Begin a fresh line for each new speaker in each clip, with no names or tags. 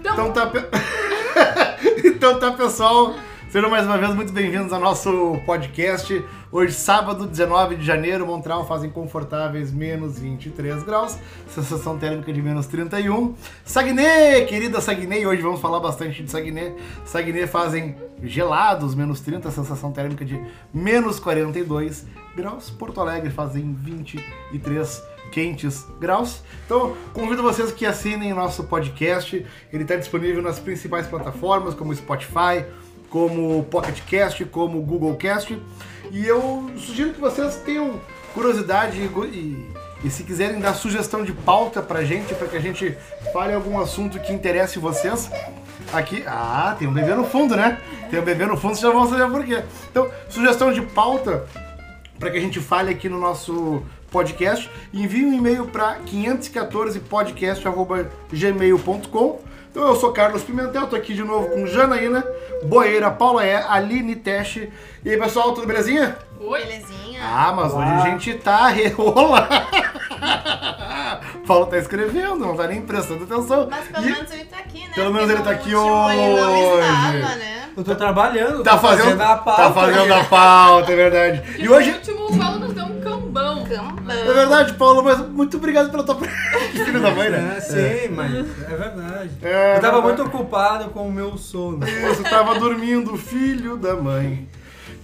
Então tá. pe- então tá, pessoal. Sejam mais uma vez muito bem-vindos ao nosso podcast. Hoje, sábado, 19 de janeiro, Montreal fazem confortáveis menos 23 graus, sensação térmica de menos 31. Saguenay, querida Saguenay, hoje vamos falar bastante de Saguenay. Saguenay fazem gelados, menos 30, sensação térmica de menos 42 graus. Porto Alegre fazem 23 quentes graus. Então, convido vocês que assinem nosso podcast. Ele está disponível nas principais plataformas, como Spotify, como Pocket Cast, como Google Cast. E eu sugiro que vocês tenham curiosidade e, go- e- e se quiserem dar sugestão de pauta pra gente, para que a gente fale algum assunto que interesse vocês. Aqui, ah, tem um bebê no fundo, né? Tem um bebê no fundo, vocês já vão saber por quê. Então, sugestão de pauta para que a gente fale aqui no nosso podcast. Envie um e-mail para 514podcast.gmail.com. Então eu sou Carlos Pimentel, tô aqui de novo com Janaína, Boeira, Paula E, Aline Teste. E aí pessoal, tudo belezinha?
Belezinha?
Ah, mas hoje a gente tá rerola. Paulo tá escrevendo, não tá nem prestando atenção.
Mas pelo
E
menos ele tá aqui, né?
Pelo menos
Porque
ele tá
no
aqui
último Ele não
hoje.
estava, né?
Eu tô trabalhando,
tá
tô fazendo,
fazendo,
a pauta. né?
tá fazendo a pauta, é verdade. E
no
hoje
último, o Paulo nos deu um cambão.
é
Cambão.
verdade, Paulo, mas muito obrigado pela tua que filho da mãe, né?
É, sim, mas é verdade.
É,
eu tava
não,
muito ocupado com o meu sono.
Isso, tava dormindo, filho da mãe.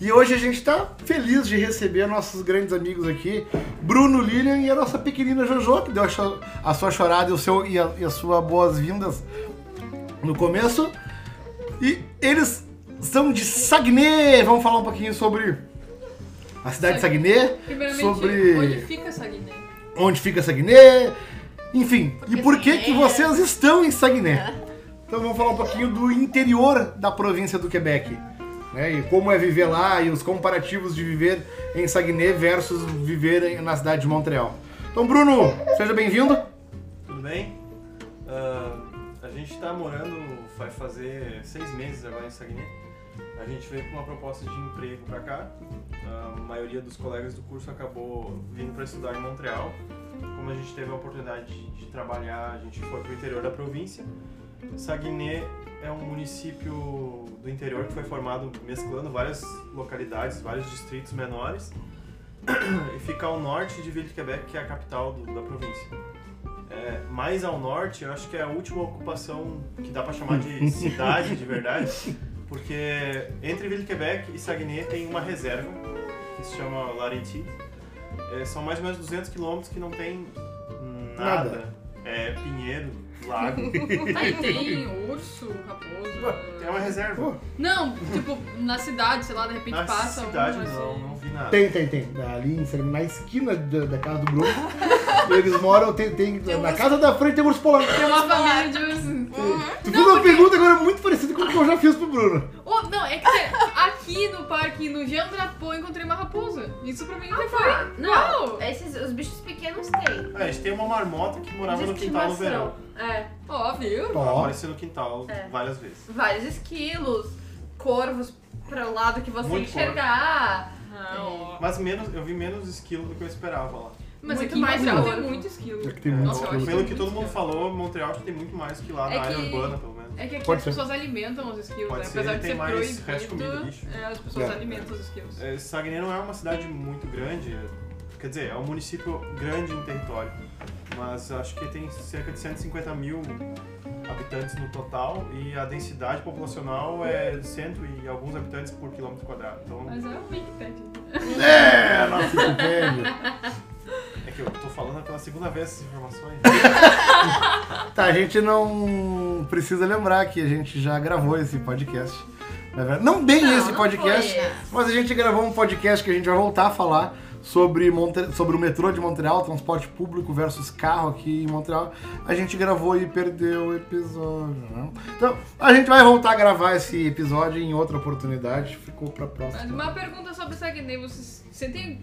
E hoje a gente tá feliz de receber nossos grandes amigos aqui, Bruno Lilian e a nossa pequenina Jojo, que deu a, cho- a sua chorada e, o seu, e, a, e as suas boas-vindas no começo. E eles são de Saguenay! Vamos falar um pouquinho sobre a cidade de Saguenay,
Primeiramente,
sobre
onde fica essa guiné?
onde fica Saguenay, enfim, e por que que
Saguenay-
vocês estão em Saguenay. Então vamos falar um pouquinho do interior da província do Quebec, né, e como é viver lá e os comparativos de viver em Saguenay versus viver em- na cidade de Montreal. Então Bruno, seja bem-vindo.
Tudo bem? Ah, a gente está morando, vai fazer seis meses agora em Saguenay. A gente veio com uma proposta de emprego para cá. Ah, A maioria dos colegas do curso acabou vindo para estudar em Montreal. Como a gente teve a oportunidade de, de trabalhar, a gente foi para o interior da província. Saguenay é um município do interior que foi formado mesclando várias localidades, vários distritos menores. E fica ao norte de Ville-Québec, que é a capital do- da província. É, mais ao norte, eu acho que é a última ocupação que dá pra chamar de cidade de verdade, porque entre Ville-Québec e Saguenay tem uma reserva que se chama Laurentides. É, são mais ou menos 200 quilômetros que não tem nada.
Nada.
É pinheiro, lago.
Tá Aí tem urso, raposa.
É uma reserva.
Pô,
Não, tipo, na cidade, sei lá, de repente
Na
passa
cidade
um.
não,
assim.
não vi nada.
Tem, tem, tem. Ali em Saguenay, na esquina da, da casa do Bruno, eles moram, tem, tem-
Tem
na
uns-
casa da frente tem um urso polar.
Tem uma família de urso.
Tu fez uma pergunta agora muito parecida com o que eu já fiz pro Bruno.
Oh, não, é que aqui no parque, no Jean Drapeau, eu encontrei uma raposa. Isso pra mim já foi.
Ah, tá. Não, é esses, os bichos pequenos têm.
É, a gente tem uma marmota que morava
De
tá no quintal no verão.
estimação. É,
Ó, viu?
Ela
Ó,
apareceu no quintal
É.
várias vezes.
vários esquilos, corvos pra um lado que você
Muito
enxergar. É.
Não, ó.
Mas menos, eu vi menos esquilo do que eu esperava lá.
Mas é
Muito
aqui em
mais
Montreal tem
corvo.
muito esquilo.
É que tem muito
Nossa, eu
esquilo.
acho
Pelo que
muito
todo mundo
esquilo.
falou, Montreal acho que tem muito mais que lá na
É
área
que-
urbana, pelo menos.
É que aqui
Pode
as
ser.
pessoas alimentam os esquilos,
Pode
né?
ser,
Apesar de
tem
ser
mais resto de comida, lixo.
proibido, é, as pessoas
É.
alimentam os esquilos.
É, Saguenay não é uma cidade muito grande, é- quer dizer, é um município grande em território, mas acho que tem cerca de 150 mil habitantes no total e a densidade populacional é cento e alguns habitantes por quilômetro quadrado. Então
Mas é um big pet.
É, nossa, que velho.
é que eu tô falando pela segunda vez essas informações.
Tá, a gente não precisa lembrar que a gente já gravou esse podcast. Na verdade, não bem
Não,
esse
não
podcast,
foi esse.
mas a gente gravou um podcast que a gente vai voltar a falar sobre, Monte- sobre o metrô de Montreal, transporte público versus carro aqui em Montreal. A gente gravou e perdeu o episódio. né? Então, a gente vai voltar a gravar esse episódio em outra oportunidade. Ficou pra
Mas
próxima.
uma pergunta sobre Saguenay, vocês se sentem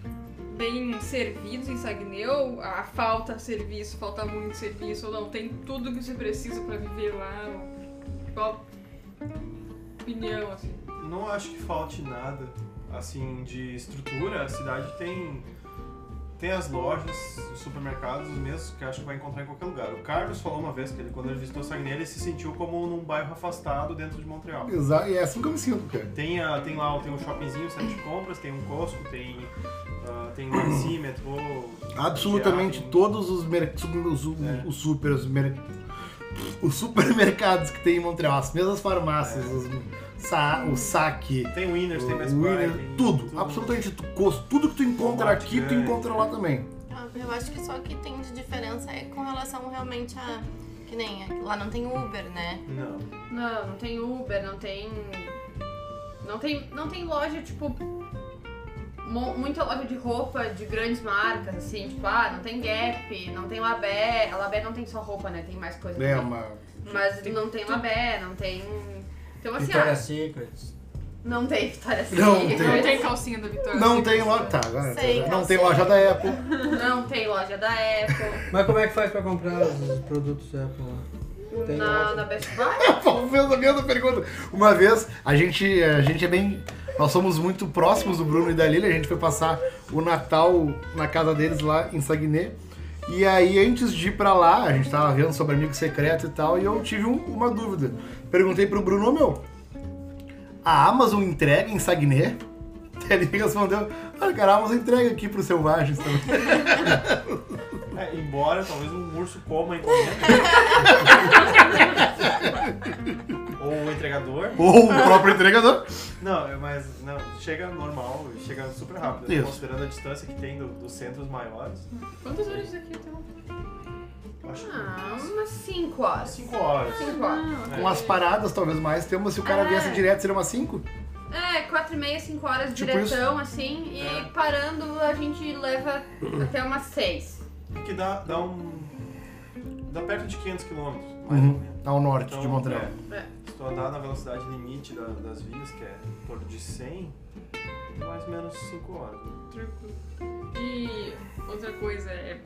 bem servidos em Saguenay ou a falta de serviço, falta muito serviço ou não? Tem tudo que você precisa pra viver lá? Ou... Qual opinião, assim?
Não acho que falte nada, assim, de estrutura. A cidade tem tem as lojas, os supermercados, os mesmos que eu acho que vai encontrar em qualquer lugar. O Carlos falou uma vez que ele, quando ele visitou Saguenay, ele se sentiu como num bairro afastado dentro de Montreal.
Exa- E é assim que eu me sinto, cara.
Tem, a, tem lá tem um shoppingzinho, o centro de compras, tem um Costco, tem, ah, tem Maxi, metrô.
Absolutamente
GA, tem-
todos os, mer- su- os, os-
É.
os super, os, mer- os supermercados que tem em Montreal, as mesmas farmácias,
É.
os sa- o saque,
Tem Winners, tem Best
o
Buy,
Winner,
tem
tudo, absolutamente tu- cos- tudo que tu encontra
Walmart
aqui, tu
grande.
encontra lá também.
Eu acho que só o que tem de diferença é com relação realmente a. Que nem lá não tem Uber, né?
Não.
Não, não tem Uber, não tem. Não tem, não tem loja, tipo. mo- Muita loja de roupa de grandes marcas, assim, tipo, ah, não tem Gap, não tem Labé. A Labé não tem só roupa, né? Tem mais coisa
É,
também.
uma-
Mas não tem Labé, não tem. Então, assim,
Vitória
ah,
Secrets.
não tem Vitória
Não
Não
tem.
tem calcinha da Vitória. assim?
Não
Secret.
tem loja. Tá, agora-
assim, Sei,
não
eu
tem
sei.
loja da Apple.
Não tem loja da Apple.
Mas como é que faz pra comprar os produtos da Apple lá? Tem
na,
loja.
na Best Buy?
Fez a mesma pergunta. Uma vez, a gente, a gente é bem. Nós somos muito próximos do Bruno e da Lili. A gente foi passar o Natal na casa deles lá em Saguenay. E aí, antes de ir pra lá, a gente tava vendo sobre amigo secreto e tal, e eu tive um- uma dúvida. Perguntei pro Bruno, "Ô, meu, a Amazon entrega em Saguenay? Ele respondeu, olha, cara, a Amazon entrega aqui pro Selvagens também.
É, embora talvez um urso coma a encomenda. né? Ou o entregador.
Ou o próprio entregador.
Não, é, mas não, chega normal, chega super rápido.
Isso.
Considerando a distância que tem do- dos centros maiores,
Quantas horas daqui até lá?
eu acho
Ah,
que
umas 5 horas. 5
5 horas. né?
horas.
É.
Com as paradas, talvez mais, temos, se o cara
É.
viesse direto, seria umas 5?
É, 4 e meia, 5 horas
Tipo Ah.
diretão, assim, e
É.
parando a gente leva até umas 6.
Que dá, dá um. dá perto de 500 km, mais ou
Uhum,
menos.
ao norte de
Então,
Montreal.
é,
É.
se tu andar na velocidade limite da- das vias, que é em torno de 100, mais ou menos 5 horas. né?
Tranquilo. E outra coisa, é,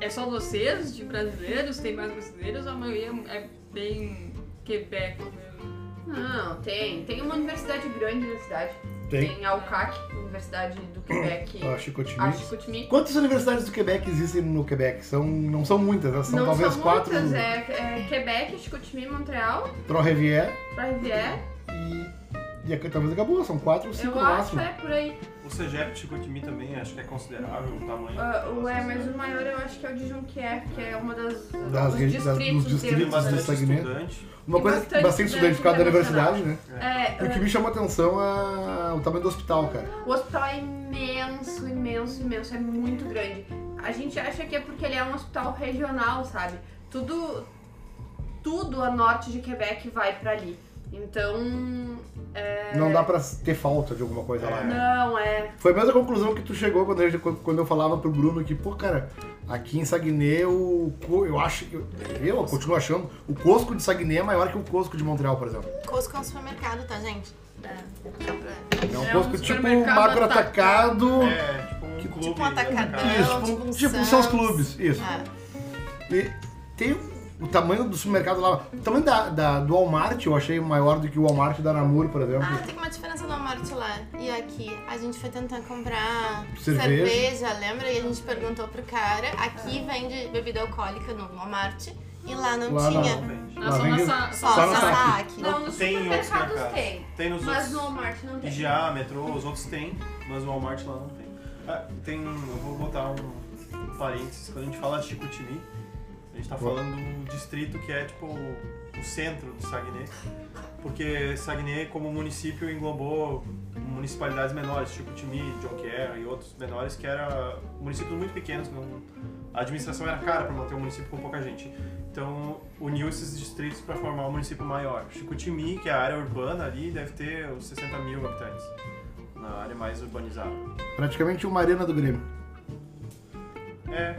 é só vocês de brasileiros? Tem mais brasileiros? A maioria é bem Quebec né? mesmo.
Não, tem. Tem uma universidade grande na cidade. Tem a UCAC, Universidade do Quebec,
Ah, Chicotinho.
a Chicoutimi.
Quantas universidades do Quebec existem no Quebec? São, não são muitas, né? são
Não
talvez
são
quatro.
muitas, é, é Quebec, Chicoutimi, Montreal,
Trois-Rivières
Rivière,
e, e a, talvez acabou. São quatro ou cinco
eu
no
acho,
máximo.
é por aí.
O CGEP de Chicoutimi também acho que é considerável o tamanho.
Ah,
da
o é,
nossa
mas
cidade.
o maior eu acho que é o de Junquier, que é uma das,
Das
dos
regi- das- dos
distritos deles,
Tem
distritos
né?
bastante
do Saguenay.
estudante.
Uma
e
coisa
bastante
bastante estudante por causa da
internacional.
universidade, né?
É,
E o que me chamou a atenção é o tamanho do hospital, cara.
O hospital é imenso, imenso, imenso, é muito grande. A gente acha que é porque ele é um hospital regional, sabe? Tudo tudo a norte de Quebec vai pra ali. Então,
Não dá pra ter falta de alguma coisa lá. né?
não é.
Foi a mesma conclusão que tu chegou quando, a gente- quando eu falava pro Bruno que, pô, cara, aqui em Saguenay o. co- Eu acho. que- Eu, eu continuo achando. O Cosco de Saguenay é maior que o Cosco de Montreal, por exemplo.
Costco é um supermercado, tá, gente? É.
É um
É um
cusco tipo
supermercado
macro atacado.
É, tipo um
Que-
clube.
Tipo um atacadão.
atacado.
Isso, tipo,
tipo
tipo
um
os
Sam's.
seus clubes. Isso.
É.
E tem o tamanho do supermercado lá. O tamanho da, da- do Walmart eu achei maior do que o Walmart da Namur, por exemplo.
Ah, tem uma diferença no Walmart lá e aqui. A gente foi tentar comprar
Cerveja.
cerveja. lembra? E a gente perguntou pro cara. Aqui vende bebida alcoólica no Walmart e lá não
Lá não.
tinha.
Realmente.
Ah, só
vem-
nessa-
Só,
Só
só
no saque.
saque.
Não, nos
Tem em outros
supermercados
mercados.
tem.
Tem nos
Mas no
outros.
Walmart não tem.
IGA, metrô, os outros tem, mas o Walmart lá não tem. Ah, tem. Eu vou botar um, um parênteses. Quando a gente fala Chicoutimi, a gente tá
Boa.
falando do distrito que é tipo o, o centro de Saguenay. Porque Saguenay, como município, englobou municipalidades menores, Chicoutimi, Jonquière e outros menores, que era municípios muito pequenos. Não, a administração era cara para manter um município com pouca gente. Então, uniu esses distritos para formar um município maior. Chicoutimi, que é a área urbana ali, deve ter uns 60 mil habitantes. Na área mais urbanizada.
Praticamente uma arena do Grêmio.
É.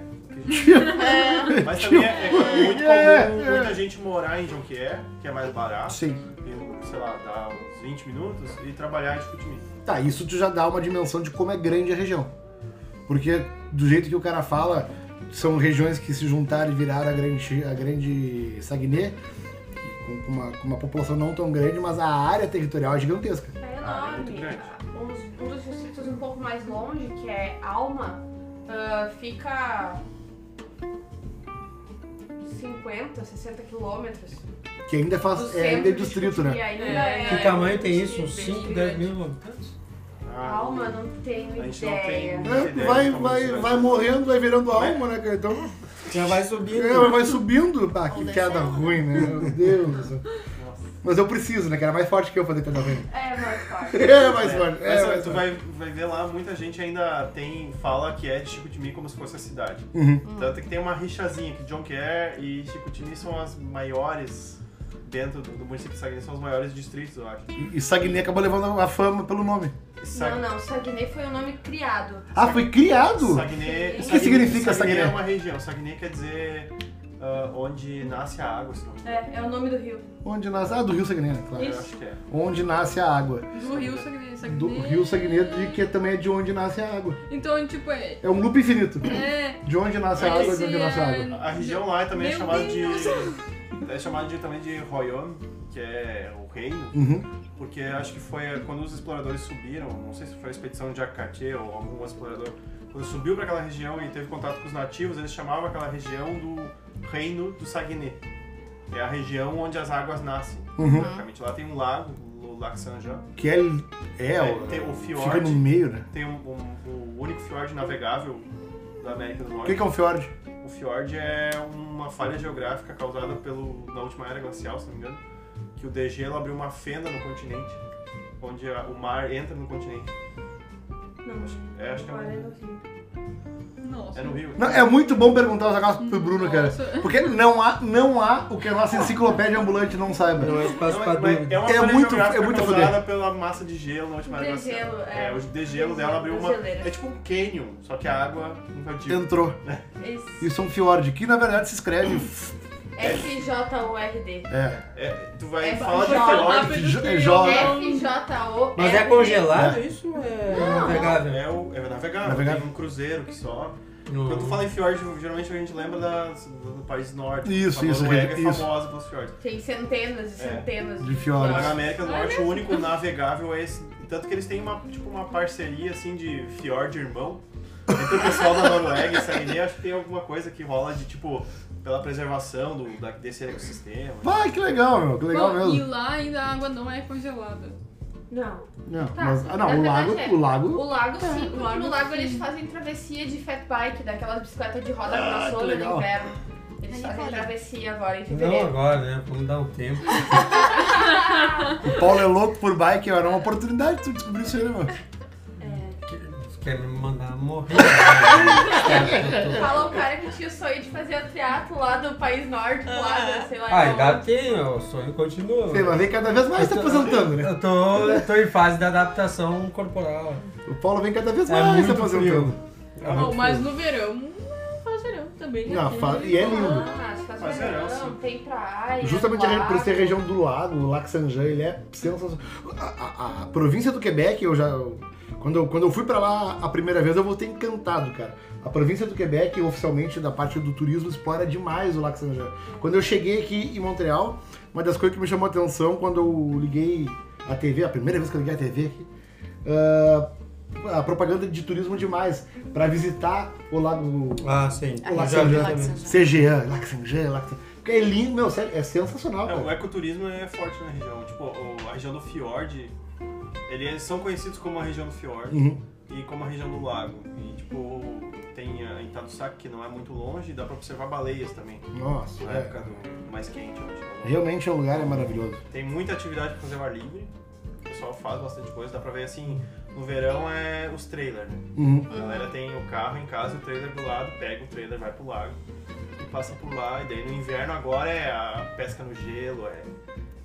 Mas também é, é muito comum muita gente morar em Jonquière, que é mais barato,
Sim.
e, sei lá, dá uns 20 minutos, e trabalhar em Chicoutimi.
Tá, isso tu já dá uma dimensão de como é grande a região. Porque do jeito que o cara fala, são regiões que se juntaram e viraram a grande, a grande Saguenay, com- com uma, com uma população não tão grande, mas a área territorial é gigantesca.
É
Ah, é muito
enorme.
grande.
Um dos- um dos distritos um pouco mais longe, que é Alma,
ah, fica 50, 60 quilômetros.
Que ainda, faz, é, ainda é distrito, né?
E ainda
É.
é.
Que tamanho tem isso? Uns
bem
5,
grande.
10 mil habitantes?
Ah,
Calma, não tenho
A gente não
ideia.
tem muita
É,
ideia tá
vai,
de como
vai,
isso
vai,
ser.
morrendo, vai virando
é?
alma, né, cara? Então,
Já vai subindo.
é, vai subindo. Ah, que
Ou descendo.
piada ruim, né? Meu Deus. do céu.
Nossa.
Mas eu preciso, né, cara? É mais forte que eu fazer piada ruim.
É, mais forte.
É mais forte.
Mas,
É
ó,
mais
tu
forte.
vai, vai ver lá, muita gente ainda tem, fala que é de Chico de Mim como se fosse a cidade.
Uhum.
Tanto que tem uma rixazinha que John Kerr e Chico de Mim são as maiores, dentro do, do município de Saguenay, são os maiores distritos, eu acho.
E Saguenay acabou levando a fama pelo nome.
Sa-
Não, não, Saguenay foi o nome criado.
Ah, foi criado?
Saguenay,
O que significa Saguenay?
é uma região. Saguenay quer dizer ah, onde nasce a água, se não me engano.
É, é o nome do rio.
Onde nasce... Ah, do Rio Saguenay, né? Claro.
Eu acho que é.
Onde nasce a água.
Do rio Saguenay. Saguenay.
Do Rio Saguenay, de que também é de onde nasce a água.
Então, tipo, é...
É um loop infinito.
É,
De onde nasce a água, de onde nasce a água.
A região lá também é
Meu
chamada de. É chamada de, também de Royon, que é o reino,
Uhum.
porque acho que foi eh, quando os exploradores subiram, não sei se foi a expedição de Acatê ou algum explorador, quando subiu para aquela região e teve contato com os nativos, eles chamavam aquela região do Reino do Saguenay. É a região onde as águas nascem.
Uhum.
Praticamente lá tem um lago, o Lac Saint-Jean.
Que é... É,
É,
o-
tem o fiord.
Fica no meio, né?
Tem um- um- o único fiord navegável da América do
O
Norte.
que que é um fjord?
O fiord é uma falha geográfica causada pelo, na última era glacial, se não me engano, que o degelo abriu uma fenda no continente, onde a- o mar entra no continente.
Não,
É, acho que é,
agora é
no-
no rio.
nossa.
é
um
no Rio.
Não, é muito bom perguntar os negócios pro Bruno, cara.
Nossa.
Porque não há, não há o que a nossa enciclopédia ambulante não saiba.
Não é espaço
Não,
pra
mas- mas
dúvida.
uma
É
falha
muito-
geográfica
é muito
causada pela massa de gelo na última
O
era
degelo,
glacial.
é.
o degelo dela abriu uma...
Geleira.
É tipo um canyon, só que a água invadiu.
Entrou.
Esse-
Isso é um fjord, que na verdade se escreve.
F-J-O-R-D.
É.
É, tu vai
É,
falar de
vai
falar
fiord,
Jo-
do
joga.
É
né?
F-J-O-R-D.
Mas é congelado isso ou é navegável?
é, o, é navegável,
Navegável.
tem um cruzeiro que sobe.
Não.
Quando tu fala em fiord, geralmente a gente lembra das, do, do país norte.
Isso,
a
isso,
Noruega é
isso.
famosa pelos fiordes.
Tem centenas e
É.
centenas
De fiordes.
Lá na América do Norte, o único navegável é esse. Tanto que eles têm uma, tipo, uma parceria assim de fiord irmão. Entre o pessoal da Noruega e Saguenay, acho que tem alguma coisa que rola de tipo, pela preservação do, da, desse ecossistema.
Vai, que legal, meu. Que legal
Bom, E
mesmo.
lá ainda a água não é congelada.
Não.
Não,
Tá,
mas- ah,
na
não, o
verdade
lago,
é.
o lago.
O lago sim, porque
lago,
no lago
sim.
eles fazem travessia de fat bike, daquelas bicicletas de roda
Ah, que
grossona
legal.
no inverno. Eles
Aí,
fazem
olha.
travessia agora em
Não
fevereiro.
agora, né? Vamos dar um tempo.
O Paulo é louco por bike, era uma oportunidade tu descobrir isso aí, né, mano?
Que- Quer me mandar morrer?
Fala o cara que tinha o sonho de fazer o teatro lá do país norte, lá do, sei lá. então.
Ah,
qual.
ainda tem, o sonho continua.
Sei lá, vem cada vez mais se
tá.
aposentando, né?
Eu tô, eu tô em fase da adaptação corporal.
O Paulo vem cada vez
É
mais se
muito
Ah, tá aposentando.
frio. É
Bom,
muito
mas
frio.
no verão não faz verão também. né?
Não, fa- e é lindo. assim.
Ah, se faz
Mas é,
verão,
sim.
tem praia.
Justamente a re- por
lago.
ser região do lago, o Lac Saint-Jean, ele é sensacional. A, a- a província do Quebec, eu já. Quando eu, quando eu fui pra lá a primeira vez, eu voltei encantado, cara. A província do Quebec, oficialmente, da parte do turismo, explora demais o Lac Saint-Jean. Quando eu cheguei aqui em Montreal, uma das coisas que me chamou a atenção quando eu liguei a TV, a primeira vez que eu liguei a TV aqui, ah, a propaganda de turismo demais pra visitar o Lago
Ah,
É
sim.
O Lac
Eu já vi
Saint-Jean.
também.
CGA, Lac Saint-Jean, Lac Saint-Jean. Porque é lindo, meu, sério, é sensacional,
É,
cara.
o ecoturismo é forte na região. Tipo, o- a região do fiord, eles são conhecidos como a região do fiord.
Uhum.
e como a região do lago. E tipo, tem a- em Tadoussac, que não é muito longe, e dá pra observar baleias também,
Nossa,
na
é.
época do mais quente. eu acho.
Realmente o lugar é maravilhoso.
Tem muita atividade pra fazer ao ar livre, o pessoal faz bastante coisa, dá pra ver assim, no verão é os trailers, né?
Uhum.
A galera tem o carro em casa, o trailer do lado, pega o trailer, vai pro lago e passa por lá. E daí no inverno agora é a pesca no gelo, é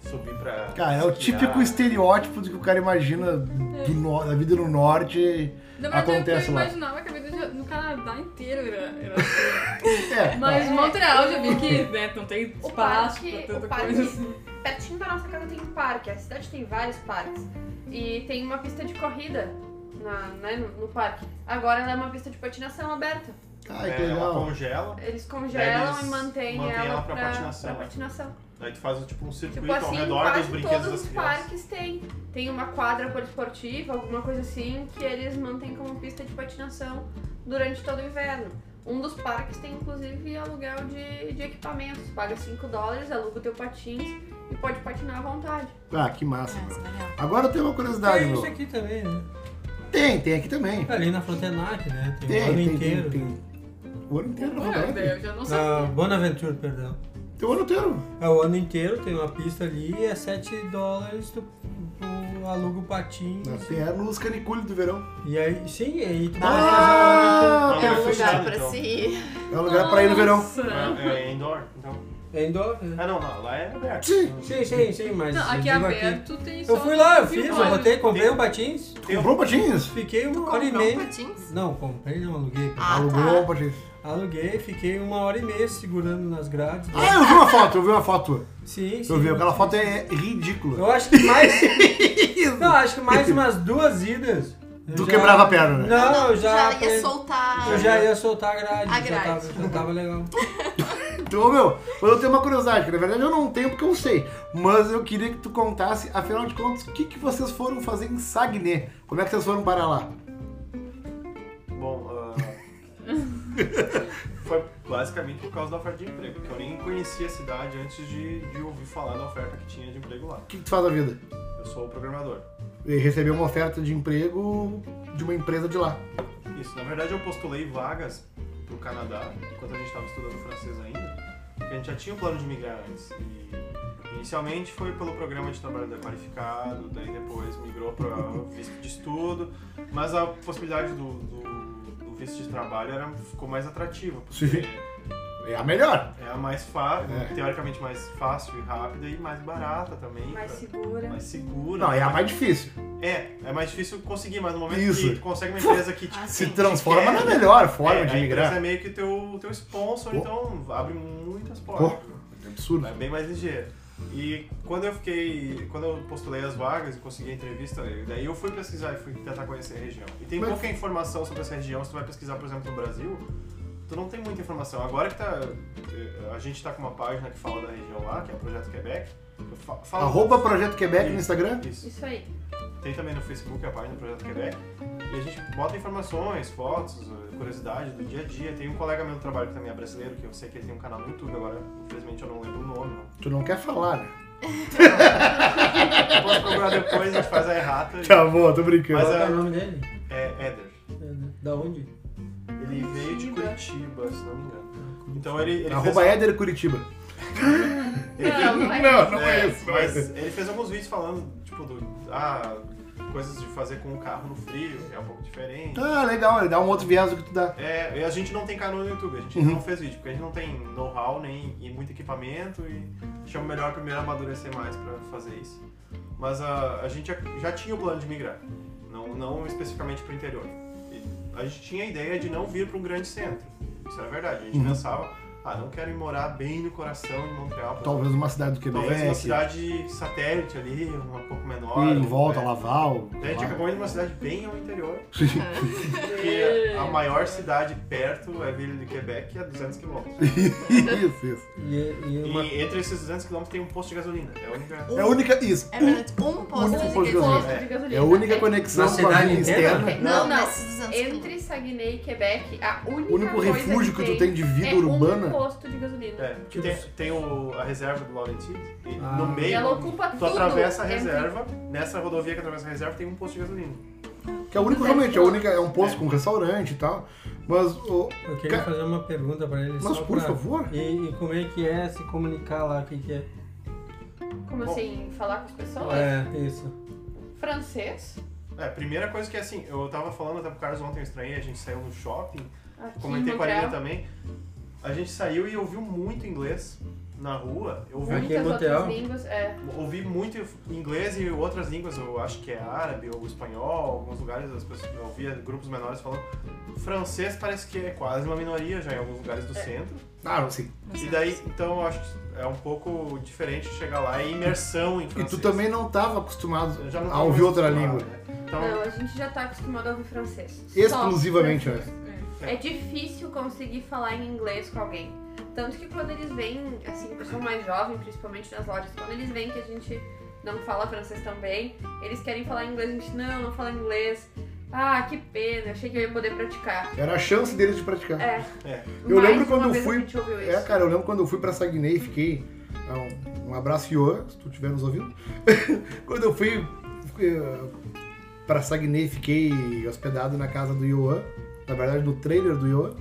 subir pra...
Cara, é o
esquiar.
típico estereótipo do que o cara imagina do no- da vida no norte.
Na verdade,
Acontece
eu
lá.
imaginava que a vida já- no Canadá inteiro era, era assim.
É,
Mas Montreal já vi que né, não tem
O
espaço
parque-
pra tanta
o parque- é
coisa assim.
Pertinho da nossa casa tem um parque, a cidade tem vários parques. E tem uma pista de corrida na- né, no, no parque. Agora ela é uma pista de patinação aberta.
Ai,
É,
que
Ela
legal.
congelam,
Eles congelam
Eles
e mantêm
mantêm
ela,
ela pra
pra,
patinação.
né?
pra patinação.
daí tu faz tipo um circuito
Tipo assim,
ao redor dos
quase
brinquedos
todos
das
os
crianças.
parques tem. Tem uma quadra poliesportiva, alguma coisa assim, que eles mantêm como pista de patinação durante todo o inverno. Um dos parques tem inclusive aluguel de, de equipamentos. Paga 5 dólares, aluga o teu patins e pode patinar à vontade.
Ah, que massa.
Nossa, legal.
Agora eu tenho uma curiosidade,
Tem
meu.
isso aqui também, né? É
Tem, tem aqui também.
Ali na Frontenac, né? Tem, o
Tem,
ano
tem,
inteiro.
tem, tem. O ano inteiro, na
Meu
verdade.
Deus, eu não sabia.
Ah, Bonaventura, perdão.
Tem o ano inteiro.
É o ano inteiro, tem uma pista ali e é 7 dólares, tu, tu aluga o patins.
É nos canicules do verão.
E aí, sim, e
Ah!
aí tu vai fazer
Ah,
Não,
É
é
um lugar
fechado,
pra
então.
se ir.
é um lugar pra ir no verão.
Nossa.
É, é indoor, então.
uma... É em dólar, né?
Ah não, lá, lá é aberto.
Sim.
Sim, sim, sim, mas...
Não,
eu
aqui
digo
aberto tem só. um
Eu fui lá, eu fiz, eu
Viu, olha.
botei, comprei um patins,
Comprou patins?
fiquei uma hora e
Comprou um
meia...
patins?
Não, comprei, não aluguei.
Ah,
Alugou um patins.
Aluguei, fiquei uma hora e meia segurando nas grades.
Ah, eu vi uma foto, eu vi uma foto.
Sim, sim.
Eu vi, aquela foto é ridícula.
Eu acho que mais... não, acho que mais umas duas idas. eu
Tu
já-
quebrava a perna, né?
Não, eu já...
já ia soltar.
É
Eu já ia soltar a grade,
A
Já,
grade.
tava, já tava legal.
Então, meu, mas eu tenho uma curiosidade, que na verdade eu não tenho porque eu sei. Mas eu queria que tu contasse, afinal de contas, o que, que vocês foram fazer em Saguenay? Como é que vocês foram para lá?
Bom, ah, foi basicamente por causa da oferta de emprego, porque eu nem conhecia a cidade antes de, de ouvir falar da oferta que tinha de emprego lá.
O que, que tu faz da vida?
Eu sou programador.
E recebeu uma oferta de emprego de uma empresa de lá.
Isso, na verdade eu postulei vagas pro Canadá, enquanto a gente estava estudando francês ainda, porque a gente já tinha o plano de migrar antes. E inicialmente foi pelo programa de trabalhador qualificado, daí depois migrou para visto de estudo, mas a possibilidade do, do- do visto de trabalho era, ficou mais atrativa, porque
Sim. É a melhor.
é a mais fácil,
É.
teoricamente mais fácil e rápida e mais barata também.
Mais
pra-
segura.
mais segura.
Não, é a mais difícil.
É, é mais difícil conseguir, mas no momento
Isso.
que tu consegue uma empresa que te
Ah,
Se
sim.
transforma na melhor forma
é,
de
a empresa
migrar.
é meio que teu, teu sponsor,
Pô.
então abre muitas portas.
É absurdo.
É bem mais ligeiro. E quando eu fiquei. Quando eu postulei as vagas e consegui a entrevista, daí eu fui pesquisar e fui tentar conhecer a região. E tem
Mas-
pouca informação sobre essa região. Se tu vai pesquisar, por exemplo, no Brasil, tu não tem muita informação. Agora que tá. A gente tá com uma página que fala da região lá, que é o Projeto Quebec. Eu fa- Fala
Arroba Projeto Quebec no Instagram.
Isso.
Isso aí.
Tem também no Facebook a página do Projeto Quebec. E a gente bota informações, fotos, eh, curiosidade do dia a dia. Tem um colega meu do trabalho que também é brasileiro, que eu sei que ele tem um canal no YouTube agora. Infelizmente eu não lembro o nome. não.
Tu não quer falar, né?
Eu posso procurar depois, a gente faz a errata.
Tá bom, tô brincando.
Mas
Qual
é-
é o nome dele? É,
É Éder.
Da onde?
Ele veio de Curitiba, se não me engano. Então ele, ele fez... um-
Arroba Éder Curitiba.
ele-
Não, não
É,
é isso, não é
mas
isso.
ele fez alguns vídeos falando, tipo, do... Ah, coisas de fazer com o carro no frio, que é um pouco diferente.
Ah, legal, ele dá um outro viés do que tu dá.
É, e a gente não tem canal no YouTube, a gente
Uhum.
não fez vídeo, porque a gente não tem know-how nem e muito equipamento e achamos melhor primeiro amadurecer mais pra fazer isso. Mas a, a gente já, já tinha o plano de migrar, não, não especificamente pro interior. E a gente tinha a ideia de não vir para um grande centro, isso era verdade. A gente
Uhum.
pensava, ah, não quero ir morar bem no coração de Montreal, por
Talvez uma cidade do
exemplo.
Quebec.
talvez uma cidade satélite ali, um pouco menor.
em volta,
né?
Laval.
Daí a gente acabou indo numa cidade bem ao interior. Porque
É.
a maior cidade perto é a Ville de Quebec, a 200 km.
isso, isso.
E, e uma...
E entre esses 200 km tem um posto de gasolina. É a única.
É a única. Isso.
É verdade, um posto
Único
de
posto de
gasolina.
É.
de gasolina.
É a única conexão
Na
com a
cidade
vida
inteira?
externa.
Não,
Não, não.
nesses anos que-
Entre Saguenay e Quebec, a única
O único
coisa
refúgio que tu tem de vida
é
urbana.
um posto de gasolina.
É, que tem, tem o- a reserva do Laurentides. E
Ah.
no
E
meio,
ela ocupa
tu
tudo.
É
atravessa a
entre-
reserva. Nessa rodovia que atravessa a reserva tem um posto de gasolina.
Que é o único, realmente, é, a única, é um posto com restaurante e tal. Mas, ô,
Eu queria
Ca-
fazer uma pergunta pra ele.
mas
só
por
pra-
favor.
E, e como é que é se comunicar lá? O que, que é?
Como assim, falar com as pessoas?
É, isso.
Francês?
É, primeira coisa que é assim, eu tava falando até pro Carlos ontem, eu estranhei, a gente saiu no shopping,
Aqui
comentei
em
com a Aline
Montreal.
também. A gente saiu e ouviu muito inglês na rua. Eu ouvi
Aqui em
Muitas
Montreal.
outras línguas. É.
Ouvi muito inglês e outras línguas, eu acho que é árabe ou espanhol, alguns lugares as pessoas, eu ouvia grupos menores falando. Francês parece que é quase uma minoria já em alguns lugares do centro.
Ah, não sei.
E daí, então eu acho que é um pouco diferente chegar lá, é imersão em
E
francês.
tu também não estava acostumado
Eu já não
a
tava
ouvir
mais
outra
acostumado,
língua.
né? Então,
Não, a gente já tá acostumado a ouvir francês. Só
exclusivamente, né?
É.
É difícil conseguir falar em inglês com alguém. Tanto que quando eles vêm, assim, pessoa mais jovem, principalmente nas lojas, quando eles veem que a gente não fala francês tão bem, eles querem falar inglês, a gente não, não fala inglês. Ah, que pena, achei que eu ia poder praticar.
Era a chance deles de praticar.
É.
É.
Eu
Mais
lembro
de
quando
uma
eu
vez
fui-
A gente ouviu isso.
É, cara, eu lembro quando eu fui pra Saguenay e fiquei. ah, Um, um abraço, Iô, se tu estiver nos ouvindo. quando eu fui eh, pra Saguenay, fiquei hospedado na casa do Iô, na verdade no trailer do Iô.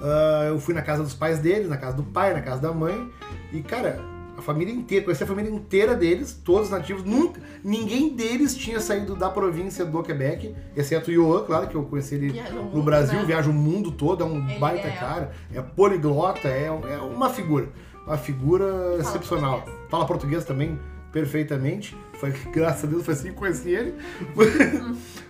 Ah, eu fui na casa dos pais deles, na casa do pai, na casa da mãe. E, cara, a família inteira, conheci a família inteira deles, todos nativos. Nunca, ninguém deles tinha saído da província do Quebec, exceto o Iô, claro, que eu conheci ele
Viaja o
no
mundo,
Brasil,
né?
viaja o mundo todo, é um
Ele
baita
é.
cara, é poliglota, é, é uma figura. Uma figura excepcional.
português.
Fala português também perfeitamente. Foi, graças a Deus foi assim que eu conheci ele.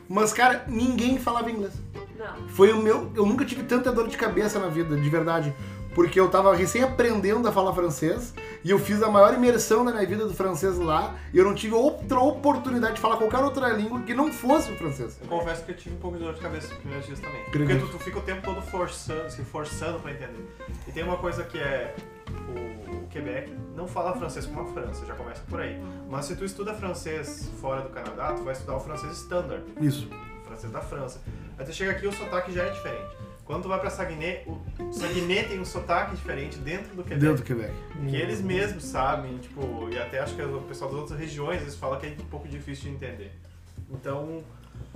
Mas, cara, ninguém falava inglês.
Não.
Foi o meu. Eu nunca tive tanta dor de cabeça na vida, de verdade. Porque eu tava recém aprendendo a falar francês e eu fiz a maior imersão na minha vida do francês lá e eu não tive outra oportunidade de falar qualquer outra língua que não fosse o francês.
Eu confesso que eu tive um pouco de dor de cabeça nos primeiros dias também.
Acredito.
Porque tu, tu fica o tempo todo forçando, se forçando pra entender. E tem uma coisa que é. O, o Quebec não fala francês como a França, já começa por aí. Mas se tu estuda francês fora do Canadá, tu vai estudar o francês standard,
Isso.
o francês da França. Aí tu chega aqui o sotaque já é diferente. Quando tu vai pra Saguenay, o Saguenay tem um sotaque diferente dentro do Quebec.
Dentro do Quebec.
Hum.
Que eles mesmos sabem, tipo, e até acho que o pessoal das outras regiões eles falam que é um pouco difícil de entender. Então,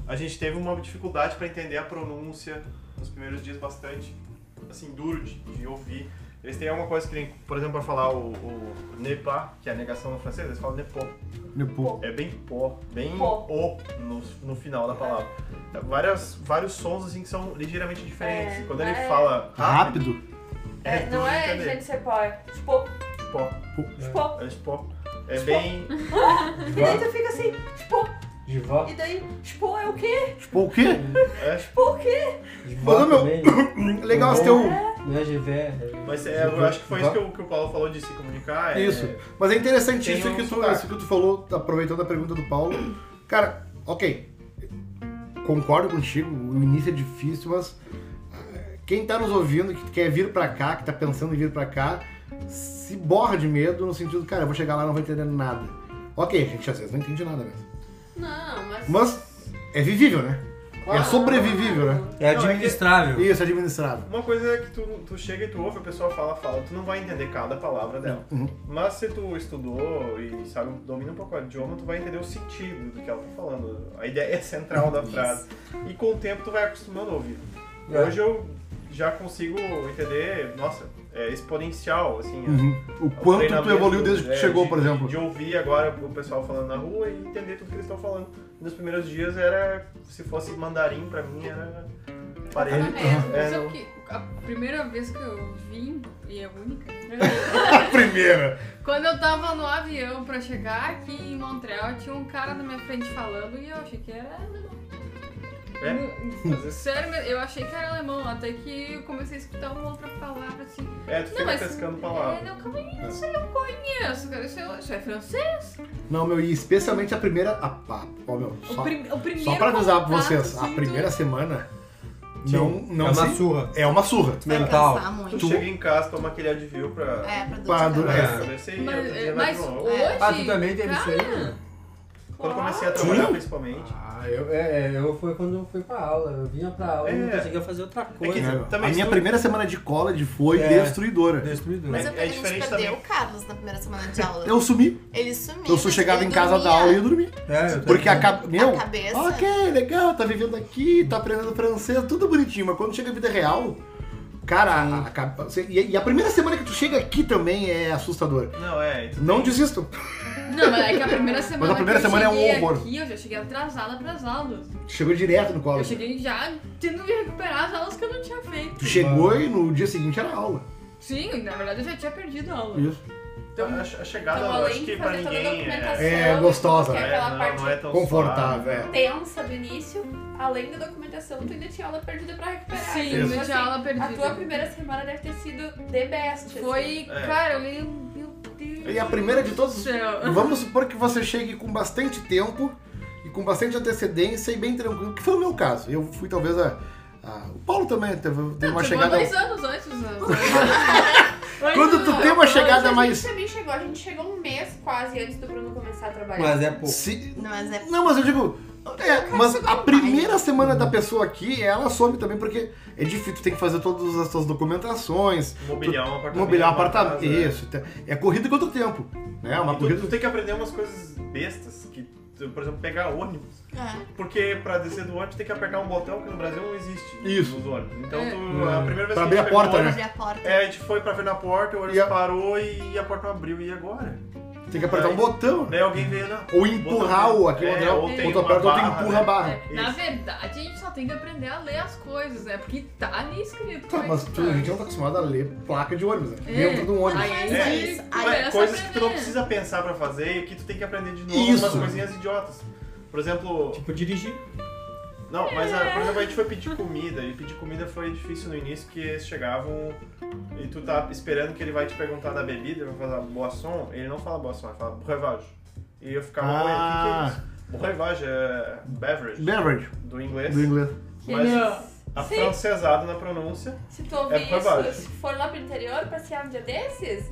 a gente teve uma dificuldade para entender a pronúncia nos primeiros dias bastante, assim, duro de, de ouvir. Eles têm alguma coisa que nem, por exemplo, para falar o, o ne pas, que é a negação no francês, eles falam ne pas.
Depois.
É bem pó, bem
Pó.
o no, no final da palavra. É, Várias, vários sons assim que são ligeiramente diferentes.
É,
Quando ele
é.
fala rápido,
Tá? Rápido.
é,
É, não
duro de
é
entender.
gente ser pó, é tipo,
Pó.
tipo.
É tipo, é bem.
E daí tu fica assim, tipo,
De vó.
e daí, tipo, é o quê?
Tipo, o quê?
É,
Tipo, o quê?
De vó
Mas, meu-
também. né?
Legal um- esse teu.
Não é GV.
mas é, eu acho que foi isso que o, que o Paulo falou de se comunicar. é-
Isso. Mas é interessante
Tem
isso
um
que, tu,
sotaque.
isso que tu falou, aproveitando a pergunta do Paulo. Cara, ok. Concordo contigo, o início é difícil, mas ah, quem tá nos ouvindo, que quer vir pra cá, que tá pensando em vir pra cá, se borra de medo no sentido, cara, eu vou chegar lá e não vou entender nada. Ok, a gente às vezes não entende nada mesmo.
Não, mas.
Mas é vivível, né? É
Claro.
sobrevivível, né?
É administrável.
Isso, é administrável.
Uma coisa é que tu, tu chega e tu ouve, a pessoa fala, fala, tu não vai entender cada palavra dela.
Uhum.
Mas se tu estudou e sabe, domina um pouco o idioma, tu vai entender o sentido do que ela tá falando, a ideia central da frase. E com o tempo tu vai acostumando a ouvir.
É.
Hoje eu já consigo entender, nossa, é exponencial, assim, a-
Uhum. O quanto tu
treinamento,
evoluiu desde que
é,
tu chegou,
de-
por exemplo.
De ouvir agora o pessoal falando na rua e entender tudo que eles estão falando. Nos primeiros dias era, se fosse mandarim pra mim, era parede.
mesmo.
É,
Sabe
não.
que a primeira vez que eu vim, e é única,
A primeira!
quando eu tava no avião pra chegar aqui em Montreal, tinha um cara na minha frente falando e eu achei que era alemão.
É?
Eu- Sério, mesmo, eu achei que era alemão, até que eu comecei a escutar uma outra palavra assim.
É, tu
Não,
fica
mas.
pescando palavras.
É, não, calma aí, isso aí eu conheço, cara. Isso é, isso é francês.
Não, meu, e especialmente a primeira. Ah, pá, ó, meu, só,
o, prim, o primeiro.
só pra avisar pra
contato,
vocês,
assim,
a
tu-
primeira semana
Sim.
não, não
é uma
se-
surra.
é uma surra.
Vai
Mental.
cansar muito.
Tu, chega em casa, toma aquele advil pra
É, pra dor de
Pra dor-
cabeça.
é.
adormecer e
Mas,
outro dia vai
mas
de novo.
hoje.
Ah, tu também
é
teve isso
cara,
aí?
Quando eu comecei a trabalhar, principalmente.
Ah, eu, é, é, eu foi quando eu fui pra aula. Eu vinha pra aula e não
É.
conseguia fazer outra
É que-
coisa.
Né?
também
a minha
tu-
primeira semana de college foi
É.
destruidora.
Destruidor.
Mas
É-
eu,
é
a gente
diferente
perdeu
também.
o Carlos na primeira semana de aula.
Eu sumi,
Ele sumiu.
eu sou chegava
ele
em casa da
dormia.
aula e eu dormi.
É, eu
Porque
também.
a cabeça. Meu,
A cabeça.
ok, legal, tá vivendo aqui, tá aprendendo francês, tudo bonitinho, mas quando chega a vida real. Cara, a, a, cabe- você- e, e a primeira semana que tu chega aqui também é assustadora.
Não, é. tu
Não
tem-
desistam.
Não, mas é que a primeira semana.
Mas a primeira
que eu
semana é um
cheguei
horror.
Aqui, eu já cheguei atrasada pras aulas.
Chegou direto no
Eu
college.
cheguei já tendo que recuperar as aulas que eu não tinha feito.
Tu chegou e no dia seguinte era aula.
Sim, na verdade eu já tinha perdido a aula.
Isso.
a, a chegada,
Então,
eu
além
acho que
de
pra
fazer toda a
ninguém
documentação,
é.
É, gostosa,
que é
né?
aquela
não,
parte
não é tão
Confortável, é.
tensa do início, além da documentação, tu ainda tinha aula perdida pra recuperar.
Tipo,
Sim,
Então,
eu já
assim,
tinha aula
A tua
perdida.
primeira semana deve ter sido the best.
assim.
Foi,
É.
cara, eu li. Meu Deus.
E É a primeira de
do
todas.
céu.
Vamos supor que você chegue com bastante tempo e com bastante antecedência e bem tranquilo, que foi o meu caso. Eu fui talvez a, Ah, o Paulo também teve, teve uma
Chegou
chegada. um
dois anos antes. né?
Quando tu tem uma
A
chegada
gente
mais.
também chegou, a gente chegou um mês quase antes do Bruno começar a trabalhar.
Mas é pouco.
Se-
Não, mas é.
Não, mas eu digo. é, mas a primeira semana da pessoa aqui, ela some também, porque é difícil, tu tem que fazer todas as tuas documentações,
Mobiliar um apartamento.
mobiliar um
uma
apartamento.
casa.
Isso, é corrida contra o tempo. Né? Uma
E tu,
corrida.
tu tem que aprender umas coisas bestas, que, tu- por exemplo, pegar ônibus.
É.
Porque pra descer do ônibus tem que apertar um botão que no Brasil não existe.
Isso. Hum.
Nos ônibus. Então
É.
tu, a primeira vez
Pra
que
abrir a
pegou
porta, né?
Abrir
ônibus,
a porta.
É, a gente foi pra ver na porta, o ônibus
E a-
parou e a porta não abriu. E agora?
Tem que apertar um botão. né?
Daí alguém veio, não.
Ou empurrar o aqui, o
É,
André.
ou
Ou
tem
tu
uma
aperta ou tu
barra, né?
empurra a barra.
É, na verdade, a gente só tem que aprender a ler as coisas, né? Porque tá ali escrito.
Tá,
como é
mas
que
tu, a gente não tá acostumado a ler placa de ônibus, né?
É.
Dentro de um ônibus.
Aí,
É,
aí,
isso.
Mas
Aí
começa a
coisas que tu não
aprender.
precisa pensar pra fazer e que tu tem que aprender de novo
Isso.
umas coisinhas idiotas. Por exemplo,
Tipo, dirigir.
não, mas a,
É.
por exemplo, a gente foi pedir comida e pedir comida foi difícil no início porque eles chegavam e tu tá esperando que ele vai te perguntar da bebida, ele vai falar boisson, ele não fala boisson, ele fala breuvage. E eu ficava, ué, o que que, é isso? Breuvage é beverage,
Beverage,
do inglês,
do inglês.
mas
Sim.
afrancesado na pronúncia.
Se tu ouvir
É provável.
isso, se for lá pro interior, passear um dia desses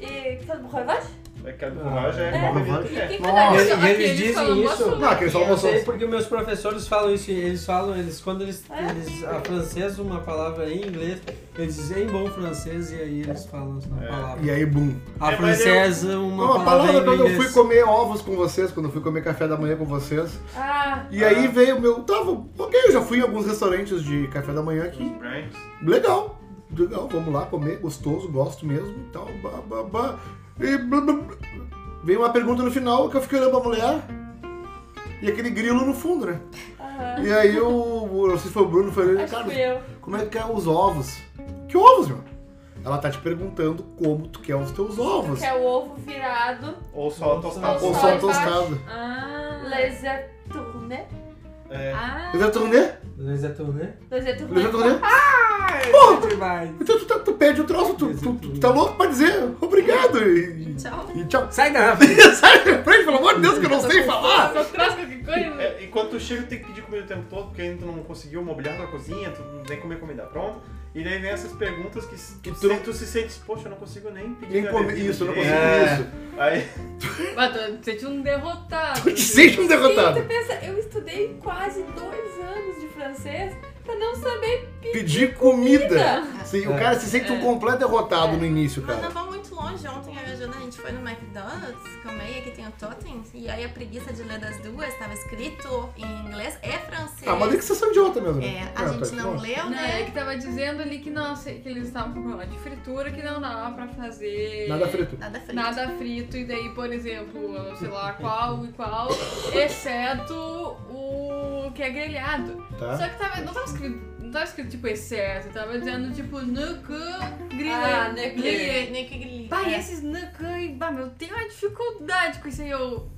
e. Fala, "Borracha?"
É que a breuvage é
É.
uma bebida que
E
é.
quem cuidar
Nossa.
disso?
Eles, eles
Aqueles
dizem
falam
isso.
boa
Não, aquele só
Eu
mostrou.
sei porque meus professores falam isso, eles falam, eles quando eles,
É?
eles a francês uma palavra em inglês, eles dizem bom francês e aí eles falam essa
É.
palavra.
E aí, boom.
A
É, mas
francesa uma,
Uma
palavra,
palavra
em
quando eu
inglês.
fui comer ovos com vocês, quando eu fui comer café da manhã com vocês.
Ah,
E aí veio o meu. Tava. Ok, eu já fui em alguns restaurantes de café da manhã aqui.
é. Os brands.
Legal, legal, vamos lá comer, gostoso, gosto mesmo e tal. Bah, bah, bah. E blá, blá, blá. Veio uma pergunta no final que eu fiquei olhando pra mulher. E aquele grilo no fundo, né?
aham.
E aí o. o- Não sei se foi o Bruno, foi ele,
acho que
cara,
fui eu.
como é que é os ovos? Que ovos, meu? Ela tá te perguntando como tu quer os teus ovos.
Que é o ovo virado,
Ou só
Nossa.
tostado.
Ou
só
só
embaixo.
tostado.
Ah,
les etournées.
É,
ah,
Eu já tornei?
Les atournés?
Les
Eu já
etournées.
tornei?
Demais.
Então tu, tá- tu pede o troço, tu, tu- tu tá louco pra dizer obrigado e,
Tchau.
e tchau.
Sai da frente.
Sai da minha frente, pelo amor de Deus, que eu não sei falar!
só traz qualquer coisa.
É, e quando tu chega, tu tem que pedir comida o tempo todo, porque ainda tu não conseguiu mobiliar tua cozinha, tu não tem que comer comida pronta. E daí vem essas perguntas que,
Que
tu,
tu não-
se, tu se sente, poxa, eu não consigo nem pedir
Nem
minha
comer
bebida
isso, eu não consigo
direito."
É.
isso.
Aí,
Mas tu sente um derrotado.
Tu te sente um
E tu
derrotado.
pensa, eu estudei quase dois anos de francês pra não saber
Pedir comida.
nada.
Sim, o cara se sente um completo derrotado no início,
Mas não
cara.
vão muito longe. Ontem eu e a Jana, a gente foi no McDonald's comer, e aqui tem o Totem. E aí a preguiça de ler das duas tava escrito em inglês e francês.
Ah, mas é que vocês são idiota mesmo, né?
É, a
tá,
gente não
bom.
leu,
Não, é
né?
que tava dizendo ali que, não, sei- que eles estavam com problema de fritura, que não dava pra fazer...
Nada frito.
Nada Ah, frito.
Nada frito, e daí, por exemplo, eu sei lá qual e qual, exceto o que é grelhado.
Tá?
Só que tava, não, tava escrito, não tava escrito tipo exceto, tava dizendo tipo nucu
Ah,
grelhado.
né,
Nem- nem que grelha.
Bah,
É.
e esses nucu e bah, meu, eu tenho uma dificuldade com isso aí. Eu,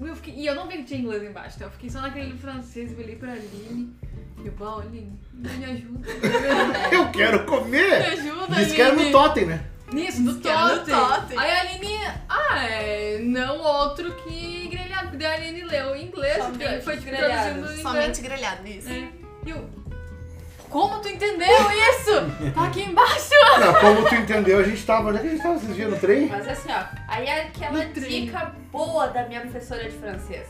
eu fiquei, e eu não vi que tinha inglês embaixo, então eu fiquei só naquele francês, olhei pra Aline. E bah, Aline, me ajuda.
Eu quero
Me
comer!
ajuda,
Diz que era no
Aline.
totem, né?
Nisso, do
que era do
totem.
totem.
Aí a Aline, ah, é, não outro que grelhado. Daí a Aline leu em inglês,
Somente
e foi tipo
grelhado,
traduzindo em inglês.
Somente grelhado, isso.
É. E eu, como tu entendeu isso? Tá aqui embaixo.
Não, como tu entendeu, a gente tava. Onde é que a gente tava esses dias no trem?
Mas assim, ó, aí é aquela
No trem.
dica boa da minha professora de francês.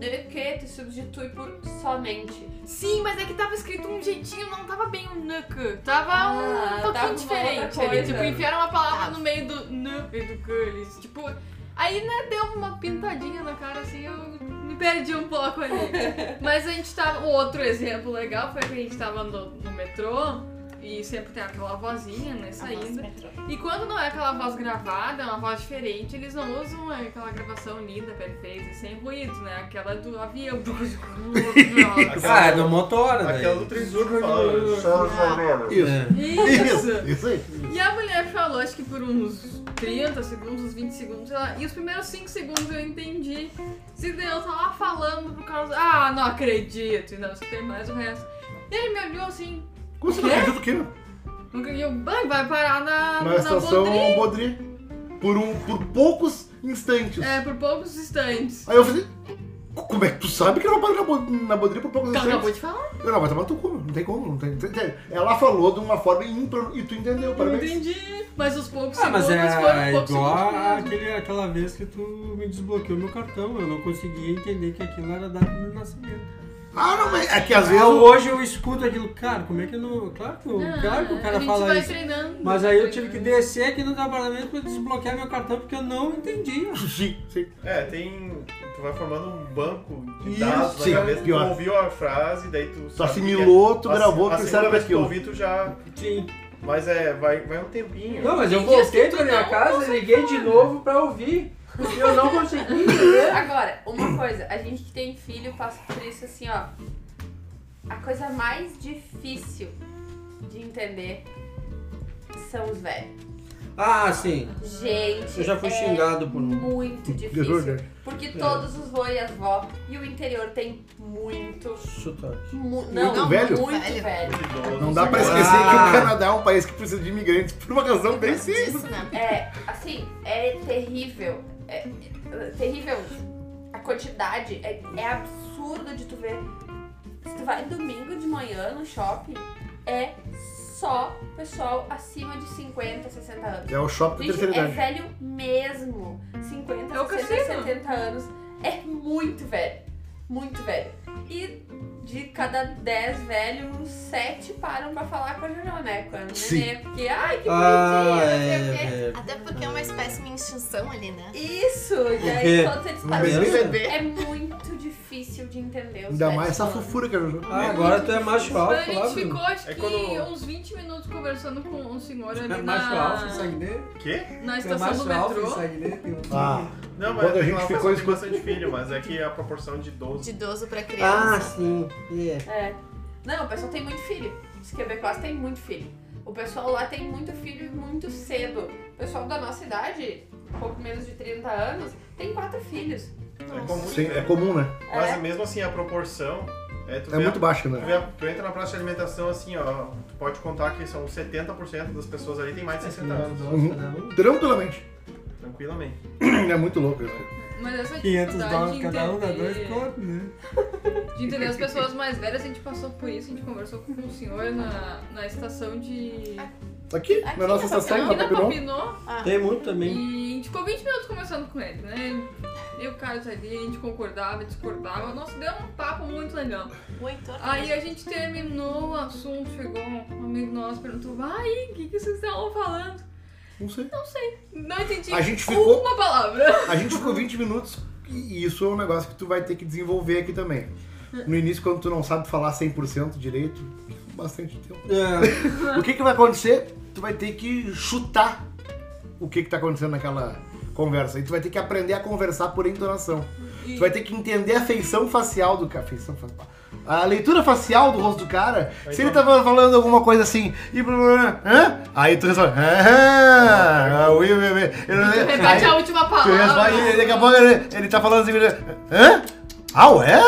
De que tu substitui por somente.
Sim, mas é que tava escrito um jeitinho, não tava bem um nuk. Tava um
Ah,
pouquinho
tava uma outra
diferente. Eles,
coisa. Tá.
tipo, enfiaram uma palavra
Tava.
no meio do nuk e do curlis. Tipo, aí, né, deu uma pintadinha na cara, assim, eu me perdi um pouco ali. Mas a gente tava... um Outro exemplo legal foi que a gente tava no, no metrô e sempre tem aquela vozinha, né,
Tá
Tá
saindo. E quando não é aquela voz gravada, é uma voz diferente, eles não usam é, aquela gravação linda, perfeita e sem ruído, né? Aquela do avião.
Ah, é do motor, É. né?
aquela do Trisurgo falando.
Isso.
Isso!
Isso, isso aí.
E a mulher falou, acho que por uns 30 segundos, 20 segundos, ela- e os primeiros 5 segundos eu entendi. Se daí eu tava falando por causa. Ah, não acredito! E não escutei mais o resto. E ele me olhou assim,
Como você não acredita o quê?
e eu, vai, vai parar na,
Na estação
Bodri.
Bodri. Por, um, por poucos instantes. Ah,
É, por é, poucos instantes.
Aí eu falei. Como é que tu sabe que ela parou na, bo- na Bodri por poucos
Então, acabou
instantes?
de falar.
Não, vai tomar no teu cu, não tem como, não tem, tem- tem- Ela falou de uma forma ímpar e tu entendeu,
Não
parabéns.
entendi. Mas os poucos
Ah, mas
segundos foram
é
poucos
igual
segundos
a-
mesmo.
aquele, aquela vez que tu me desbloqueou meu cartão. Eu não conseguia entender que aquilo era dado no nascimento.
Ah, não, mas é que às vezes.
Ah,
o-
hoje eu escuto aquilo, cara, como é que eu não. Claro que, eu- claro que o
É, a
cara
gente
fala
vai né?
isso.
treinando.
Mas aí eu tive que descer aqui no apartamento pra desbloquear meu cartão porque eu não entendia.
Sim, sim.
É, tem. Tu vai formando um banco de
Isso,
dados
sim,
na cabeça,
pior.
tu ouviu a frase, daí tu.
Tu
sabe
assimilou,
que
tu
é.
gravou,
a
tu
segunda
sabe
vez que tu
aquilo.
ouvi, tu já.
Sim.
Mas é, vai, vai um tempinho.
Não, mas eu
Tem dias
voltei
que
pra
tu
minha
não
casa, liguei de novo pra ouvir. Porque eu não consegui entender.
Agora, uma coisa, a gente que tem filho passa por isso assim, ó. A coisa mais difícil de entender são os velhos.
Ah, sim.
Gente,
Eu já fui
é
xingado por um. É.
muito
De
difícil.
verdade.
Porque todos os vô e as vó e o interior tem muito,
Sotaque.
mu- não,
Muito velho?
muito
Velho.
velho.
Não dá pra
Ah.
esquecer que o Canadá é um país que precisa de imigrantes por uma razão bem
Gosto
simples.
disso, né?
É, assim, é terrível. É, é terrível a quantidade. É, é absurdo de tu ver. Se tu vai domingo de manhã no shopping, é só pessoal acima de 50, 60 anos.
É o shopping da
Gente,
terceira
é
idade.
velho mesmo. 50,
É o que eu
60,
sei, mano.
70 anos. É muito velho. Muito velho. E de cada 10 velhos, 7 param pra falar com a Jojo, né? Com a nenê.
Sim.
Porque, ai, que bonitinho,
Ah,
não sei o quê.
é. é.
Até porque é uma espécie de extinção ali, né?
Isso, e
quê?
aí todos eles
Mas
parecem.
Beleza?
bebê.
É muito difícil de entender os
Ainda mais
velhos
essa
falando.
fofura que ela jogou.
Ah, agora tu é macho
Mas
alfa
a
lá,
gente ficou,
Bruno.
acho
É
que,
quando-
uns 20 minutos conversando com um senhor
Tu
ali
é macho alfa,
na,
sangueiro.
Quê?
na
Tu é
estação do
macho alfa,
metrô.
sangueiro. tem um filho.
Ah,
Não,
Quando
mas
a
tem
gente
uma
ficou
pessoa que tem
escutando-
bastante filho, mas é que a proporção de
De
12.
idoso pra
Ah,
criança.
sim. É.
É. Não, o pessoal tem muito filho. Os quebecois têm muito filho.
Ah.
O pessoal lá tem muito filho e muito cedo. O pessoal da nossa idade, um pouco menos de 30 anos, tem quatro filhos.
É comum.
sim,
né?
é comum, né?
Mas mesmo assim, a proporção. É, tu
É
vê a-
muito baixa, né?
Tu, vê a- tu entra na praça de alimentação assim, ó. Tu pode contar que são 70% das pessoas ali tem mais de 60 anos.
É.
Tranquilamente.
Tranquilamente.
É muito louco isso.
Mas essa
500 dólares
dificuldade de
cada um dá dois
entender-
contos, né?
De entender as pessoas mais velhas, a gente passou por isso, a gente conversou com um senhor na, na estação de.
Aqui,
Aqui
na nossa
na
estação, tá
aqui né,
na
na
Papinó.
Papinó.
Tem muito também.
E a gente ficou 20 minutos conversando com ele, né? E o Carlos ali, a gente concordava, discordava. Nossa, deu um papo muito legal.
O Heitor
Aí a gente terminou o assunto, chegou um amigo nosso, perguntou, vai, o que, que vocês estavam falando?
Não sei.
Não entendi
A gente ficou-
uma palavra.
A gente ficou 20 minutos e isso é um negócio que tu vai ter que desenvolver aqui também. No início, quando tu não sabe falar 100% direito, bastante tempo.
É.
O que, que vai acontecer? Tu vai ter que chutar o que, que tá acontecendo naquela conversa. E tu vai ter que aprender a conversar por entonação. Tu vai ter que entender a feição facial do cara. Feição facial. A leitura facial do rosto do cara.
Aí
se
tu-
ele tava falando alguma coisa assim e blá, blá, blá, hã? Aí tu responde. Ah, ah, ui, ui, ui.
Repete
Aí-
a última
Tu responde, e
palavra.
daqui a pouco ele, ele tá falando assim, ele, hã? Ah, ué?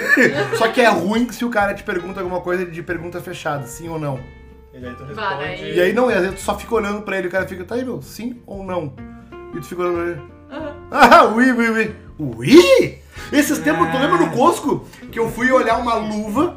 Só que é ruim se o cara te pergunta alguma coisa de pergunta fechada, sim ou não.
E daí tu responde.
Vai, aí-
E aí não, e às vezes tu só fica olhando pra ele, o cara fica, tá aí, meu, sim ou não? E tu fica olhando pra ele. Ah, ui, ui, ui. Ui? Esses tempos, tu lembra no Cosco que eu fui olhar uma luva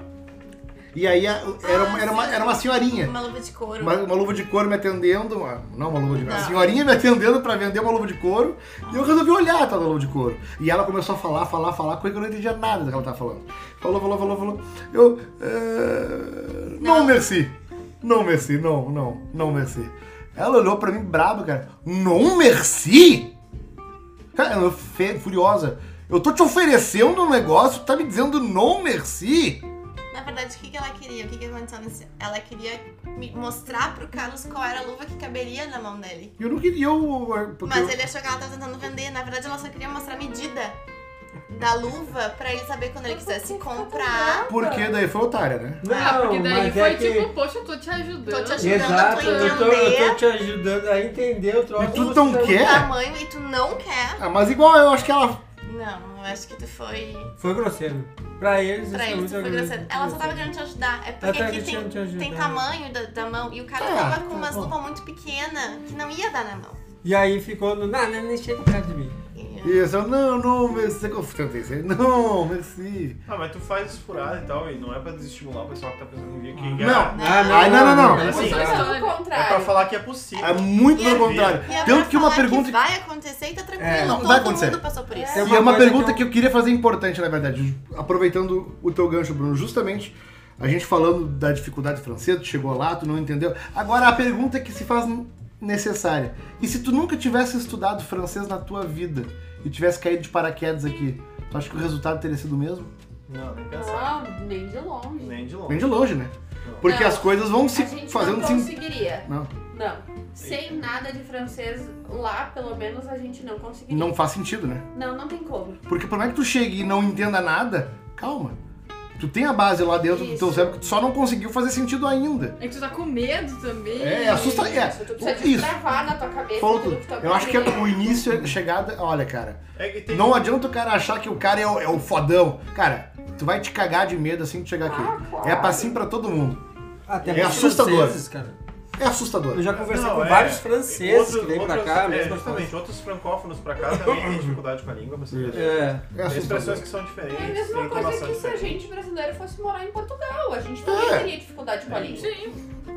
e aí a- era uma, era uma, era uma senhorinha.
Uma luva de couro.
Uma, uma luva de couro me atendendo, uma- não uma luva de couro, uma
Não.
senhorinha me atendendo pra vender uma luva de couro, e eu resolvi olhar a tal da luva de couro. E ela começou a falar, falar, falar, coisa que eu não entendia nada do que ela tava falando. Falou, falou, falou, falou. Eu. eh, Não,
Não.
merci. Não, merci, não, não, não, merci. Ela olhou pra mim braba, cara. Não, merci? Cara, ela fe- furiosa. Eu tô te oferecendo um negócio, tu tá me dizendo não, merci?
Na verdade, o que, que ela queria? O que, que aconteceu nesse... Ela queria me mostrar pro Carlos qual era a luva que caberia na mão dele.
E eu não queria. Eu, porque eu-
Mas ele achou que ela tava tentando vender. Na verdade, ela só queria mostrar a medida da luva pra ele saber quando ele quisesse
tá
comprar.
Porque daí foi otária, né?
Ah, porque daí
mas
foi
é que-
tipo, poxa, eu tô te ajudando. É
Tô te ajudando.
Exato,
a
eu tô, eu tô
entender.
te ajudando a entender o troço.
E tu não
O
quer?
tamanho e tu não quer.
Ah, mas igual eu acho que ela.
Não, eu acho que tu foi.
Foi grosseiro. Pra eles,
Pra
isso é
ele, tu
muito
foi grosseiro. Ela só tava querendo te ajudar. É porque
tava
aqui tem,
querendo te ajudar. É.
tem tamanho da, da mão. E o cara
Ah,
tava com
tá
umas
bom.
luvas muito pequenas que não ia dar na mão.
E aí ficou no. Não, não, nem chega perto de mim.
E
Isso, eu, não, não, merci. Eu tentei ser, não, merci.
Ah, mas tu faz furada e tal, e não é pra desestimular o pessoal que tá pensando em vir aqui. que é-
Não,
Ah,
Ai, não, não, não.
Assim,
Vocês
é-
são do
É pra
contrário.
falar que é possível.
é muito
E
pelo
é-
contrário.
E é pra
Tanto que um- uma
falar
pergunta
que vai acontecer e tá tranquilo.
É, não
Todo
vai acontecer.
mundo passou por isso.
E é
uma
uma,
coisa
pergunta
que eu-
que eu... queria fazer importante, na verdade, ju- aproveitando o teu gancho, Bruno, justamente a gente falando da dificuldade do francês, tu chegou lá, tu não entendeu. Agora a pergunta que se faz necessária. E se tu nunca tivesse estudado francês na tua vida e tivesse caído de paraquedas aqui, tu acha que o resultado teria sido o mesmo?
Não, nem pensar.
Não, nem de longe.
Nem de
Vem
longe.
de longe, né? Porque
Não,
as coisas vão
A
se
gente
fazendo
não
assim.
conseguiria.
Não,
Não. Sem nada de francês lá, pelo menos, a gente não conseguiria.
não faz sentido, né?
Não, não tem como.
Porque por mais que tu chegue e não entenda nada, calma. Tu tem a base lá dentro do teu
Isso.
cérebro que tu só não conseguiu fazer sentido ainda.
É que tu tá com medo também.
É, assusta. É,
Isso, tu precisa
isso.
destravar na tua cabeça
Falou
tudo
tudo.
que tu
Eu acho que é
aprendeu.
o início, a chegada. Olha, cara.
É que tem.
Não adianta o cara achar que o cara é o, é o fodão. Cara, tu vai te cagar de medo assim que tu chegar aqui.
Ah,
É pra sim pra todo mundo.
Até
É
pros
assustador.
Ah, franceses, cara.
É assustador.
Eu já conversei
Não,
com
é-
vários franceses
outros-
que vêm pra
outras-
cá,
é,
mesmo.
Justamente, outros francófonos pra cá também têm dificuldade com a língua, você vê.
É.
É
Tem expressões
assustador.
que são diferentes,
É a
tem
mesma coisa
entonação
que se a
diferente.
gente brasileiro fosse morar em Portugal. A gente também
É.
teria dificuldade com a língua.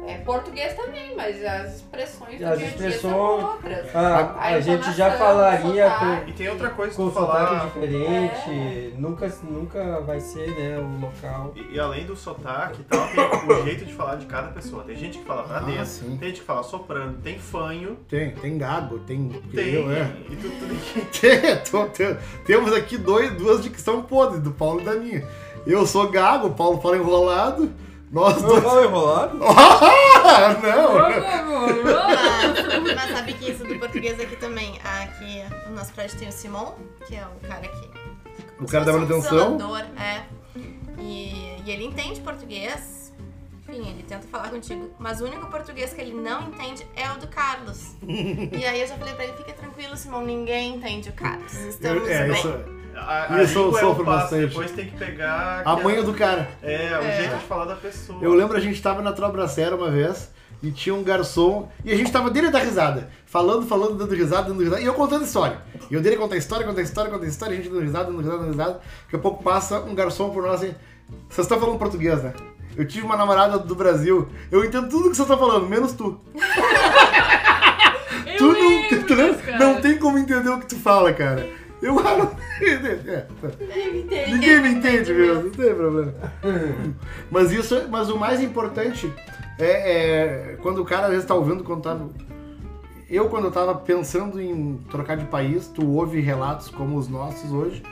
É português também, mas as expressões do
As
dia a dia são
expressões-
outras.
Ah,
A
a gente
entonação,
já falaria
o sotaque.
com,
E tem outra coisa que
com um
tu
sotaque
falar.
diferente. Nunca, nunca vai ser, né, o local.
E, e além do sotaque e tal, tem o jeito de falar de cada pessoa. Tem gente que fala pra
Ah,
dentro,
sim.
tem gente que fala soprando, tem fanho,
Tem, tem gago, tem.
tem.
Eu, é.
E tu, tu tem que.
Tô- tô- Temos aqui dois, duas dicção podres, do Paulo e da minha. Eu sou gago, o Paulo fala enrolado. Nós
Não
dois.
vai enrolado?
Ah, não!
Mas, mas sabe que isso do português aqui também. Aqui no nosso prédio tem o Simon, que é o cara que
O cara da
Nosso
manutenção.
funcionador, É. E, e ele entende português. Enfim, ele tenta falar contigo. Mas o único português que ele não entende é o do Carlos. e aí eu já falei pra ele, fica tranquilo, Simão, ninguém entende o Carlos. Estamos
Eu- é,
bem.
isso,
A, a
Isso, eu
língua é
sofro
um passo,
bastante.
depois tem que pegar.
a
que
manha do cara.
É, o
É.
jeito de falar da pessoa.
Eu lembro a gente tava na Trobracera uma vez e tinha um garçom e a gente tava dele da risada. Falando, falando, dando risada, dando risada. E eu contando história. E eu dele contar história, contar história, contar história, a gente dando risada, dando risada, dando risada. Daqui a pouco passa um garçom por nós assim. Vocês estão falando português, né? Eu tive uma namorada do Brasil. Eu entendo tudo que vocês estão falando, menos tu. tu não, tu não- não tem como entender o que tu fala, cara. Eu falo. É, tá. Ninguém me entende, meu. Não tem problema. Mas isso, é, mas o mais importante é, é quando o cara às vezes tá ouvindo quando tá no- eu quando eu tava pensando em trocar de país, tu ouve relatos como os nossos hoje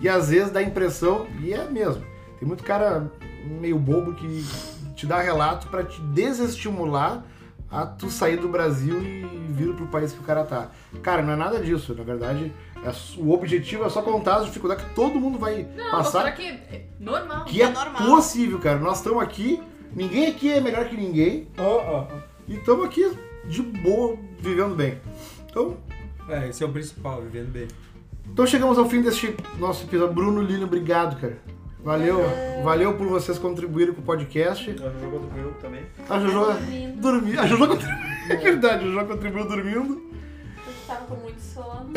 e às vezes dá a impressão e é mesmo. Tem muito cara meio bobo que te dá relato pra te desestimular a tu sair do Brasil e vir pro país que o cara tá. Cara, não é nada disso, na verdade. é s- o objetivo é só contar as dificuldades que todo mundo vai passar.
Será que é normal?
Que é,
É normal.
possível, cara. Nós estamos aqui, ninguém aqui é melhor que ninguém.
Oh,
E estamos aqui de boa, vivendo bem. Então,
oh. É, esse é o principal, vivendo bem.
então chegamos ao fim deste nosso episódio. Bruno Lino, obrigado, cara. Valeu, valeu por vocês contribuírem com o podcast.
A Juju contribuiu também.
A Jojo dormiu. A Jojo contribuiu. É verdade, a Jojo contribuiu dormindo.
Eu tava com muito sono.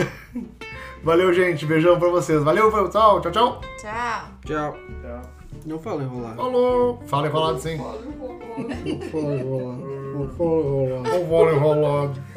Valeu, gente. Beijão pra vocês. Valeu, pessoal. Tchau, tchau.
Tchau.
Tchau.
Tchau.
Não fala enrolado.
Falou. Fala enrolado, sim. Fala enrolado. Fala enrolado. Fala enrolado.